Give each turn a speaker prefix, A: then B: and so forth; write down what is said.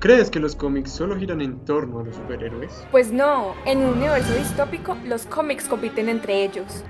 A: ¿Crees que los cómics solo giran en torno a los superhéroes?
B: Pues no, en un universo distópico los cómics compiten entre ellos.